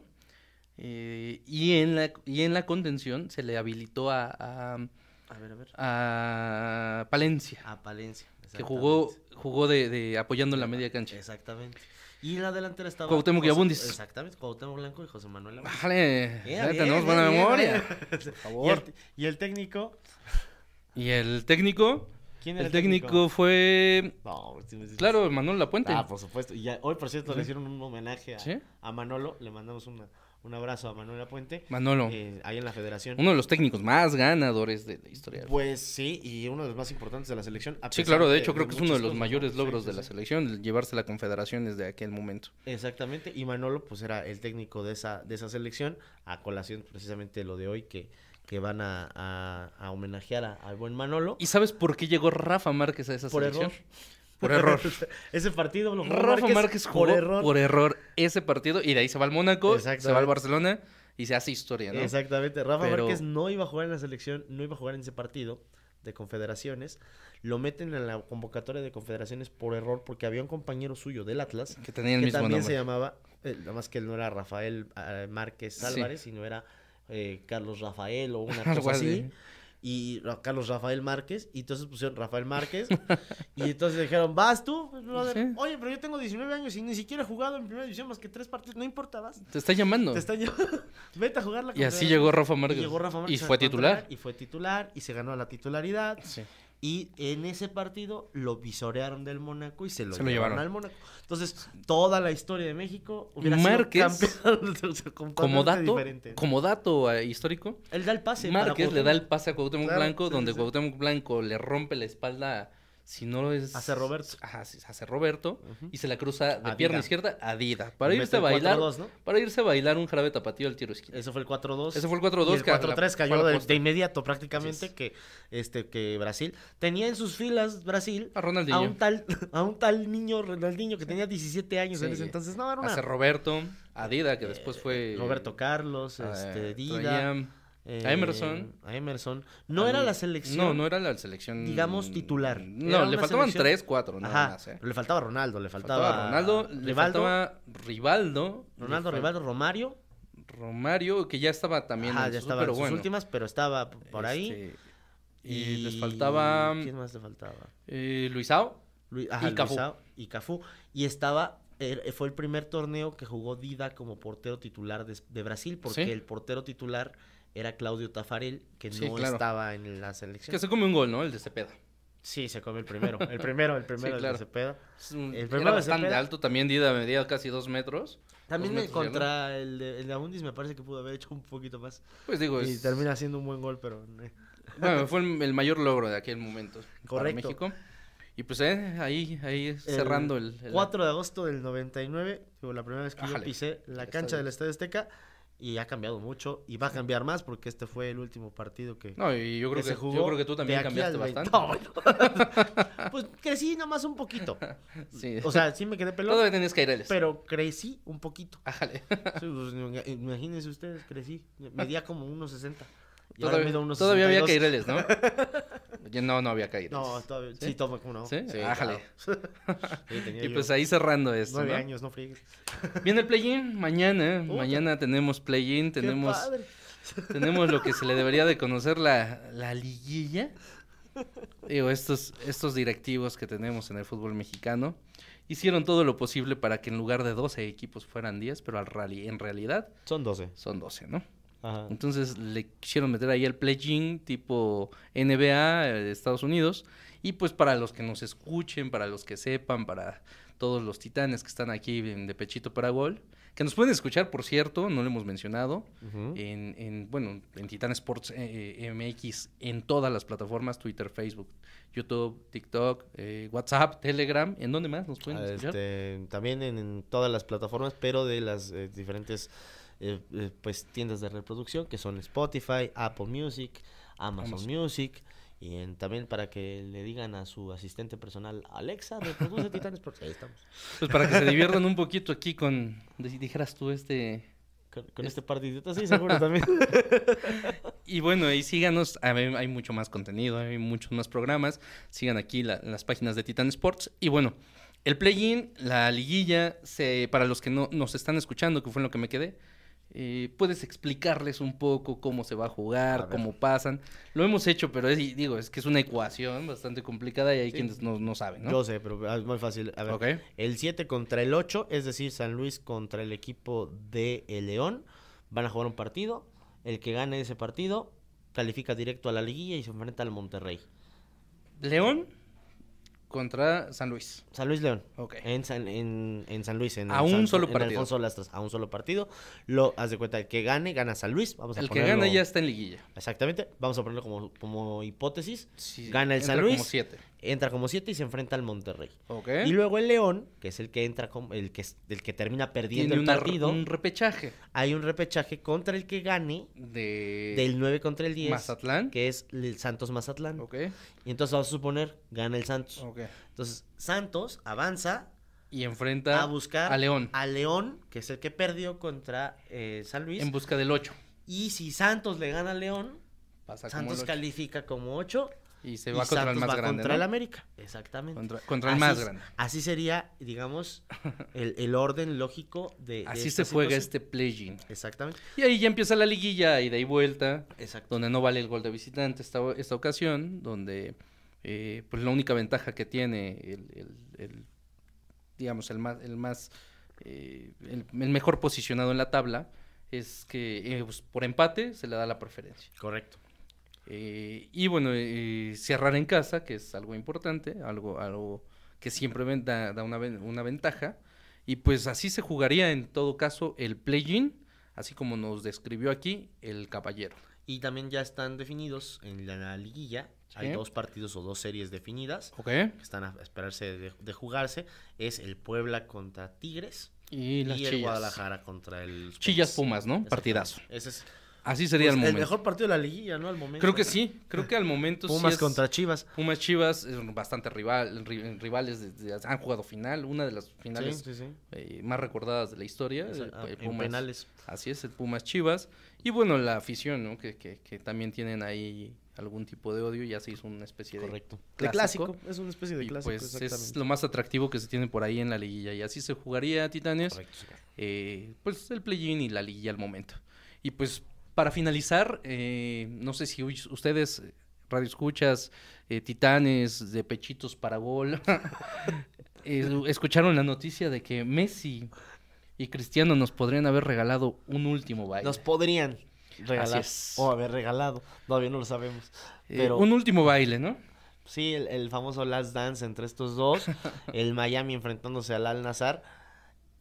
eh, y, en la, y en la contención se le habilitó a, a, mm, A ver, a ver. a Palencia, A Palencia. que jugó, exactamente. jugó de, de apoyando en la media cancha. Exactamente. Y en la delantera estaba Cuauhtémoc José- Yabundis. Exactamente, Cuauhtémoc Blanco y José Manuel Abundis. Bájale, Bien, ya bien, tenemos bien, buena bien, memoria. bien. Por Y el, favor. y el técnico. ¿Y el técnico? ¿Quién era El técnico fue, No, pues, sí me- sí me- claro, Manuel Lapuente. Ah, por supuesto. Y ya- hoy, por cierto, Sí. le hicieron un homenaje a, Sí. a Manolo. Le mandamos una- un abrazo a Manuel Apuente. Manolo, eh, ahí en la federación. uno de los técnicos más ganadores de la historia. Pues sí, y uno de los más importantes de la selección. a Sí, pesar claro, de hecho creo que es uno de muchas los cosas, ¿no? mayores Sí, logros sí, de la sí. selección, el llevarse la confederación desde aquel momento. Exactamente, y Manolo pues era el técnico de esa, de esa selección, a colación precisamente lo de hoy que, que van a, a- a homenajear a- al buen Manolo. ¿Y sabes por qué llegó Rafa Márquez a esa Por selección? error. Por error. Ese partido lo jugó Rafa Márquez, jugó por error. ese partido y de ahí se va al Mónaco, se va al Exactamente. Barcelona y se hace historia, ¿no? Exactamente, Rafa Pero- Márquez no iba a jugar en la selección, no iba a jugar en ese partido de confederaciones, lo meten en la convocatoria de confederaciones por error porque había un compañero suyo del Atlas Que tenía el que mismo también nombre. se llamaba, eh, nada más que él no era Rafael eh, Márquez Sí. Álvarez, sino era eh, Carlos Rafael o una Algo cosa así. así. Y Ra- Carlos Rafael Márquez, y entonces pusieron Rafael Márquez, y entonces dijeron, vas tú, pues, brother? Sí. oye, pero yo tengo 19 años y ni siquiera he jugado en primera división más que tres partidos, no importa, vas, Te está llamando. te están llevando, vete a jugar la Y así Confederación". llegó Rafa Y Márquez. llegó Rafa Márquez Y a fue contratar, titular. Y fue titular, y se ganó la titularidad, Sí. y en ese partido lo visorearon del Mónaco y se lo, Se lo llevaron, llevaron. al Mónaco. Entonces, toda la historia de México hubiera Márquez, sido campeón Como completamente dato, diferente. como dato eh, histórico, Él da el pase. para Márquez le da el Cuauhtémoc. pase a Cuauhtémoc Claro, Blanco, sí, donde sí, sí. Cuauhtémoc Blanco le rompe la espalda, si no es... Hace Roberto. Ajá, sí, hace Roberto, Ujú. y se la cruza de Adida. pierna izquierda a Dida, para Mete irse a el bailar, 4-2, ¿no? para irse a bailar un jarabe tapatío al tiro esquina. Eso fue el 4-2. Ese fue el Y 4-2 el que a la- 4-3 fue cayó a la de, posta. de inmediato prácticamente Así es. que este que Brasil tenía en sus filas Brasil A Ronaldinho. a un tal a un tal niño Ronaldinho que tenía 17 años en Sí. ese entonces no era una Hace Roberto, a Dida, que después eh, fue... Roberto Carlos, eh, este Dida, traía- a Emerson. eh, A Emerson. No era al- la selección. No, no era la selección... digamos, titular. No, Era le una faltaban selección- tres, cuatro, nada Ajá. más, ¿eh? Le faltaba Ronaldo, le Le faltaba. faltaba Ronaldo, le Rivaldo, faltaba Rivaldo. le Ronaldo, fal- Rivaldo, Romario. Romario, que ya estaba también Ajá, en ya sus- estaba en pero sus bueno, últimas, pero estaba p- por ahí. este, y les faltaba ¿Quién más le faltaba? eh, Luisao. Luis, Y Cafú. Luisao y Cafú. Y estaba. er- Fue el primer torneo que jugó Dida como portero titular de, de Brasil, porque Sí. el portero titular era Claudio Tafarel, que Sí, no claro. estaba en la Que selección. se come un gol, ¿no? El de Cepeda. Sí, se comió el primero. El primero, el primero, el de claro. Cepeda. Es un- El Era primero de bastante Cepeda. alto también, Dida medía casi dos metros. También Dos metros me- de contra el de, el de Abundis me parece que pudo haber hecho un poquito más. Pues digo, y es- termina siendo un buen gol, pero... eh. bueno, fue el, el mayor logro de aquel momento para Correcto. México. Y pues eh, ahí, ahí cerrando el, el- 4 de agosto del 99, digo, la primera vez que Ájale, yo pisé la el cancha estadio. del Estadio Azteca y ha cambiado mucho y va a cambiar más porque este fue el último partido que... No, y yo creo que, se jugó yo creo que tú de también aquí cambiaste al 20. bastante. No, bueno. pues crecí nomás un poquito. Sí. O sea, sí me quedé pelón, todavía tenías que ir al pero crecí un poquito. Ájale. Sí, pues, Imagínense ustedes, crecí. Medía como 1.60. y ahora Todavía, mido unos todavía había caireles, 62. ¿no? Ya No, no había caireles. No, todavía. Sí, toma como no. ¿Sí? Ájale. claro. Sí, tenía y yo pues ahí cerrando esto. nueve ¿no? años, no friegues. Viene el play-in mañana. ¿eh? Puta. Mañana tenemos play-in, Qué tenemos, padre. tenemos lo que se le debería de conocer la, la liguilla. Digo, estos, estos directivos que tenemos en el fútbol mexicano hicieron todo lo posible para que en lugar de 12 equipos fueran 10, pero al rally, en realidad Son 12. son 12, ¿no? Ajá. Entonces le quisieron meter ahí el play-in tipo NBA eh, de Estados Unidos. Y pues para los que nos escuchen, para los que sepan, para todos los titanes que están aquí en- de Pechito para Gol, que nos pueden escuchar, por cierto, no lo hemos mencionado, Ujú. en, en, bueno, en Titan Sports eh, eh, MX, en todas las plataformas, Twitter, Facebook, YouTube, TikTok, eh, WhatsApp, Telegram, ¿en dónde más nos pueden Ah, escuchar? este, también en, en todas las plataformas, pero de las eh, diferentes eh, eh, pues tiendas de reproducción que son Spotify, Apple Music, Amazon, Amazon. Music. Y en- también para que le digan a su asistente personal, Alexa, reproduce Titanes Sports. Ahí estamos. Pues para que se diviertan un poquito aquí con, dijeras tú, este... con, con este par de idiotas, sí, seguro también. Y bueno, ahí síganos, a ver, hay mucho más contenido, hay muchos más programas. Sigan aquí la- las páginas de Titan Sports. Y bueno, el play-in, la liguilla, se, para los que no nos están escuchando, que fue en lo que me quedé, eh, puedes explicarles un poco cómo se va a jugar, A ver. cómo pasan. Lo hemos hecho, pero es, y digo, es que es una ecuación bastante complicada y hay Sí. quienes no, no saben, ¿no? Yo sé, pero ah, es muy fácil. A ver, Ok. El 7 contra el 8, es decir, San Luis contra el equipo de El León. Van a jugar un partido. El que gane ese partido califica directo a la liguilla y se enfrenta al Monterrey. León contra San Luis. San Luis León. Ok. En San, en, en San Luis. En A el un San- solo en partido. Alfonso Lastras. A un solo partido. Lo, haz de cuenta, el que gane, gana San Luis. Vamos a El que ponerlo- gana ya está en liguilla. Exactamente. Vamos a ponerlo como, como hipótesis. Sí, Gana el entra San Luis. Como siete. Entra como 7 y se enfrenta al Monterrey. Ok. Y luego el León, que es el que entra, como el, que, es- el que termina tiene perdiendo el una- partido. un repechaje hay un repechaje contra el que gane de del 9 contra el 10, Mazatlán. que es el Santos Mazatlán. Ok, Y entonces vamos a suponer gana el Santos. ok. Entonces, Santos avanza Y enfrenta a buscar a León a León, que es el que perdió contra eh, San Luis. en busca del 8. Y si Santos le gana a León, Pasa como Santos el ocho. califica como 8 y se y va contra Santos el más va grande. contra ¿no? el América. Exactamente. Contra, contra el Así más es- grande. Así sería, digamos, el, el orden lógico de. de Así esta se juega situación. este play Exactamente. Y ahí ya empieza la liguilla, ida y vuelta, Exacto. donde no vale el gol de visitante esta, esta ocasión, donde eh, pues la única ventaja que tiene el, el- el, digamos, el más, el más eh, el, el mejor posicionado en la tabla es que eh, pues, por empate se le da la preferencia. Correcto. Eh, y bueno, eh, cerrar en casa, que es algo importante, algo, algo que siempre ven- da, da una, ven- una ventaja. Y pues así se jugaría en todo caso el play-in, así como nos describió aquí el caballero. Y también ya están definidos en la liguilla. Hay Sí. dos partidos o dos series definidas ¿Ok? que están a esperarse de, de jugarse. Es el Puebla contra Tigres Y y, las el chillas. Guadalajara contra el Chillas Pumas, ¿no? Exactamente. Partidazo. Ese es Así pues, sería el el, momento. mejor partido de la liguilla, ¿no? Al momento. Creo que sí, creo que al momento sí Pumas es- contra Chivas. Pumas Chivas es bastante rival, ri- rivales, desde- han jugado final, una de las Sí, finales sí, sí. eh, más recordadas de la historia. Esa- el- ah, el en Pumas- penales. Así es, el Pumas Chivas. Y bueno, la afición, ¿no? Que, que, que también tienen ahí algún tipo de odio. Ya se hizo una especie Correcto. de De clásico. Es una especie de... de y clásico. pues es exactamente. lo más atractivo que se tiene por ahí en la liguilla. Y así se jugaría, Titanes. Correcto, sí. eh, pues el play-in y la liguilla al momento. Y pues para finalizar, eh, no sé si uy- ustedes, eh, radioescuchas, eh, Titanes de Pechitos para Gol, eh, escucharon la noticia de que Messi... Y Cristiano nos podrían haber regalado un último baile. Eh, Nos podrían regalar. es. O haber regalado. Todavía no lo sabemos. Eh, Pero un último baile, ¿no? Sí, el, el famoso Last Dance entre estos dos. el Miami enfrentándose al Al Nazar.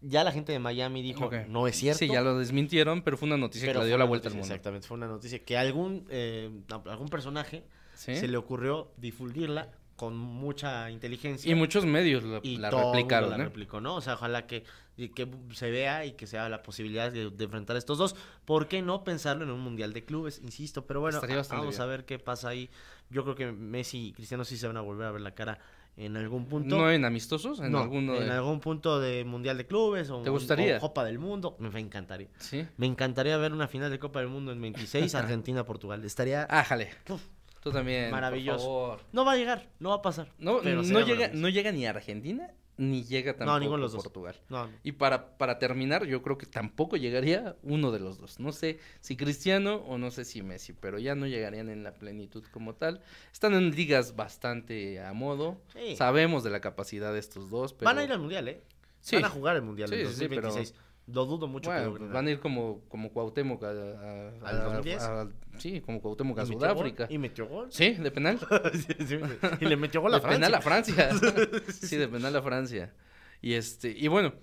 Ya la gente de Miami dijo, Ok. no es cierto. Sí, ya lo desmintieron, pero fue una noticia que pero le fue dio la una vuelta al noticia, mundo. Exactamente, fue una noticia que algún, eh, a- algún personaje ¿sí? se le ocurrió difundirla con mucha inteligencia. Y muchos medios la, y la todo el mundo replicaron, la ¿no? replicó, ¿no? O sea, ojalá que, y que se vea y que sea la posibilidad de, de enfrentar a estos dos. ¿Por qué no pensarlo en un mundial de clubes? Insisto, pero bueno, Estaría a- bastante vamos bien. a ver qué pasa ahí. Yo creo que Messi y Cristiano sí se van a volver a ver la cara en algún punto. ¿No en amistosos? En No, alguno de... algún punto de mundial de clubes o, ¿Te un- gustaría? o Copa del Mundo. Me me encantaría. Sí. Me encantaría ver una final de Copa del Mundo en 26 Argentina-Portugal. Estaría... Ájale. Uf. Tú también. por Maravilloso. favor. No va a llegar, no va a pasar. No, pero no, sería llega, maravilloso. no llega ni a Argentina, ni llega tampoco ninguno de los a dos. Portugal. No, no. Y para, para terminar, yo creo que tampoco llegaría uno de los dos. No sé si Cristiano o no sé si Messi, pero ya no llegarían en la plenitud como tal. Están en ligas bastante a modo. Sí. Sabemos de la capacidad de estos dos, pero... Van a ir al mundial, ¿eh? Sí. Van a jugar el mundial Sí, en sí, sí, pero- 2026. Lo dudo mucho. Bueno, que lo pues ganen. van a ir como, como Cuauhtémoc a, a- ¿Al a- 2010? a- sí, como Cuauhtémoc a Y metió Sudáfrica. gol, Y metió gol. Sí, de penal. Sí, sí, y le metió gol de a Francia. penal a Francia. sí, de penal a Francia. Y este, y bueno,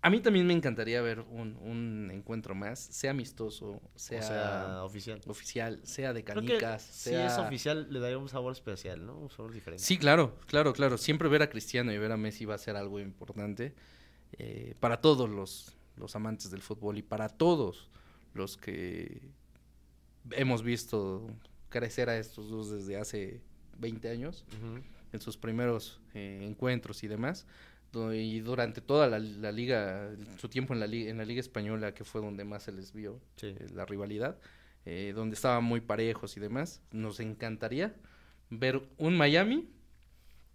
a mí también me encantaría ver un, un encuentro más, sea amistoso, sea, O sea, oficial. oficial, sea de Creo ah, canicas, que sea- si es oficial, le daría un sabor especial, ¿no? Un sabor diferente. Sí, claro, claro, claro. Siempre ver a Cristiano y ver a Messi va a ser algo importante eh, para todos los, los amantes del fútbol y para todos los que hemos visto crecer a estos dos desde hace 20 años Ujú. en sus primeros eh, encuentros y demás. do- y durante toda la, la liga, su tiempo en la, li- en la liga española, que fue donde más se les vio Sí. eh, la rivalidad, eh, donde estaban muy parejos y demás, nos encantaría ver un Miami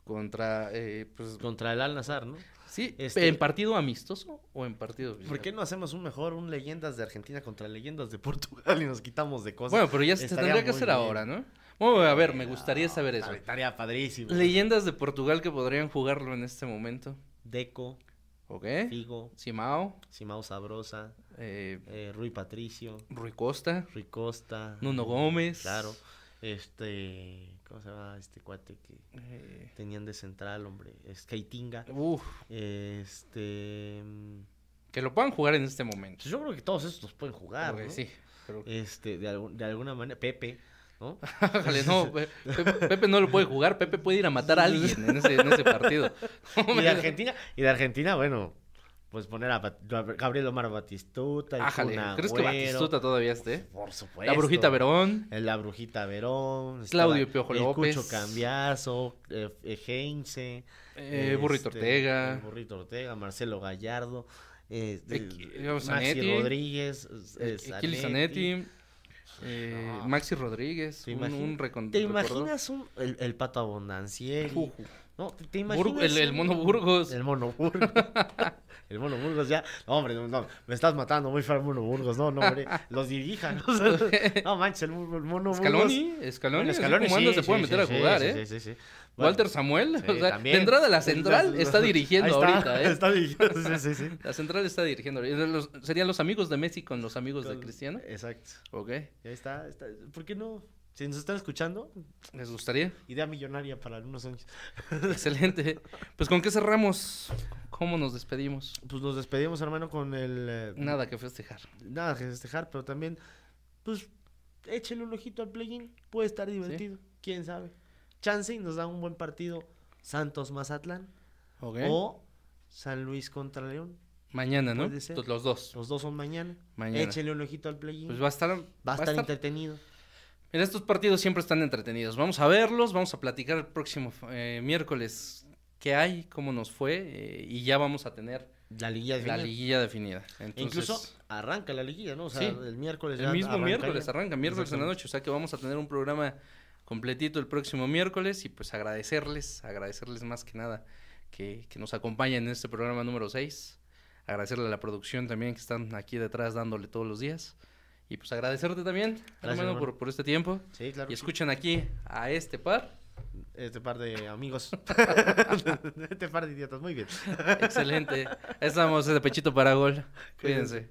contra, eh, pues, Contra el Al-Nazar, ¿no? sí, este- en partido amistoso o en partido ¿Por qué no hacemos un mejor, un leyendas de Argentina contra leyendas de Portugal y nos quitamos de cosas? Bueno, pero ya se Estaría tendría que muy hacer bien. ahora, ¿no? Bueno, a ver, me gustaría saber eso. Ah, Estaría padrísimo. Leyendas de Portugal que podrían jugarlo en este momento. Deco, ¿Ok? Figo, Simao, Simao Sabrosa, eh, eh, Rui Patricio, Rui Costa, Rui Costa. Nuno Gómez. Claro. Este, ¿cómo se llama este cuate que eh, tenían de central, hombre? Es Caitinga. uf, Este, mm, que lo puedan jugar en este momento. pues yo creo que todos estos los pueden jugar, Porque ¿no? sí. pero- Este, de, algún- de alguna manera, Pepe, ¿no? Ájale, no, Pe- Pepe, Pepe no lo puede jugar, Pepe puede ir a matar a alguien en ese, en ese partido. y de Argentina, y de Argentina, bueno, pues poner a Bat- a Gabriel Omar Batistuta, el Ájale, Kun ¿crees que Agüero, Batistuta todavía esté? Por supuesto. La Brujita Verón, Eh, La Brujita Verón. Claudio estaba Piojo El López. Cucho Cambiazo, eh, eh, Heinze. eh, Burrito este, el Ortega, Burrito Ortega, Marcelo Gallardo. eh, Equi- eh, digamos, Maxi Zanetti, Rodríguez. eh, eh, Kili Zanetti. Zanetti, eh, No. Maxi Rodríguez, ¿Te un, imagin- un recon- ¿Te recordó. imaginas un, el, el Pato Abondancieri? Ujú. No, ¿te, te Burgo- imaginas? el, el un- Mono Burgos. El Mono Burgos. el Mono Burgos ya. No, hombre, no, no, me estás matando muy feo el Mono Burgos. No, no, hombre. Los dirijan. No, no manches, el, Mo- el Mono Burgos. Scaloni, Scaloni, Bueno, así Scaloni como anda, sí, se puede sí, meter sí, a sí, jugar, sí, ¿eh? sí, sí, sí. Walter Samuel, Sí, o sea, también. tendrá de la central, Las- está las- dirigiendo ahí está, ahorita, ¿eh? Está dirigiendo, sí, sí, sí. La central está dirigiendo ahorita. Los- serían los amigos de Messi con los amigos Pues de Cristiano. Exacto. Ok, Ahí está, está. ¿Por qué no? Si nos están escuchando, les gustaría. idea millonaria para algunos años. Excelente. Pues con qué cerramos, cómo nos despedimos. Pues nos despedimos, hermano, con el. eh, Nada que festejar. Nada que festejar, pero también, pues, échale un ojito al plugin. Puede estar divertido. Quién sabe. Chance y nos da un buen partido Santos Mazatlán Ok. o San Luis contra León. Mañana, ¿no? puede ser. Los dos. Los dos son mañana. Mañana. Échele un ojito al plugin. Pues va a estar. va a estar estar- entretenido. Mira, estos partidos siempre están entretenidos. Vamos a verlos, vamos a platicar el próximo eh, miércoles qué hay, cómo nos fue eh, y ya vamos a tener La liguilla la definida. liguilla definida. E Entonces, incluso arranca la liguilla, ¿no? O sea, Sí, el miércoles el Pues ya mismo arranca miércoles ya. arranca, miércoles en la Exactamente. noche, o sea que vamos a tener un programa completito el próximo miércoles y pues agradecerles, agradecerles más que nada que, que nos acompañen en este programa número 6, agradecerle a la producción también que están aquí detrás dándole todos los días y pues agradecerte también, hermano, hermano. por, por este tiempo. Sí, Y claro. que escuchan aquí a este par. sí. Este par de amigos. este par de idiotas. Muy bien. Excelente. Estamos de pechito para gol. Cuídense.